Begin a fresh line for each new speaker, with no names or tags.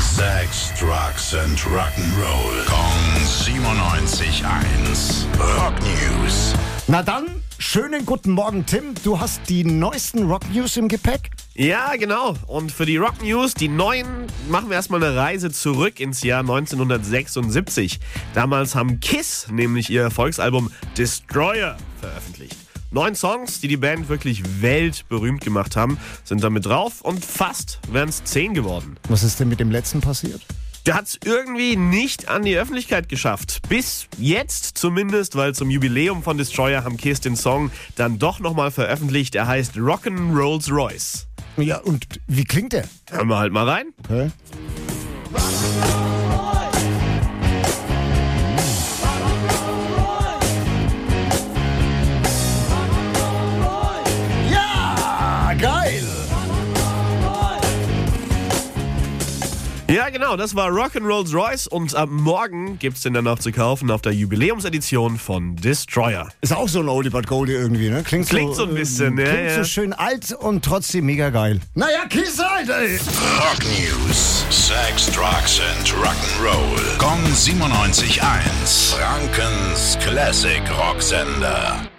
Sex, Drugs and Rock'n'Roll. Kong 97.1. Rock News.
Na dann, schönen guten Morgen, Tim. Du hast die neuesten Rock News im Gepäck.
Ja, genau. Und für die Rock News, die neuen, machen wir erstmal eine Reise zurück ins Jahr 1976. Damals haben Kiss nämlich ihr Erfolgsalbum Destroyer veröffentlicht. Neun Songs, die die Band wirklich weltberühmt gemacht haben, sind damit drauf und fast wären es zehn geworden.
Was ist denn mit dem letzten passiert?
Der hat es irgendwie nicht an die Öffentlichkeit geschafft. Bis jetzt zumindest, weil zum Jubiläum von Destroyer haben Kiss den Song dann doch nochmal veröffentlicht. Er heißt Rock'n Rolls Royce.
Ja, und wie klingt der?
Hören wir halt mal rein.
Hä? Ja, geil!
Ja, genau, das war Rock'n Rolls Royce und ab morgen gibt's den dann auch zu kaufen auf der Jubiläumsedition von Destroyer.
Ist auch so ein Oldie but Goldie irgendwie, ne? Klingt,
Klingt so ein
ähm,
bisschen, ja,
Klingt
ja.
so schön alt und trotzdem mega geil. Naja, Kiss halt, ey!
Rock News. Sex, Drugs and Rock'n'Roll. Kong 97.1. Frankens Classic Rocksender.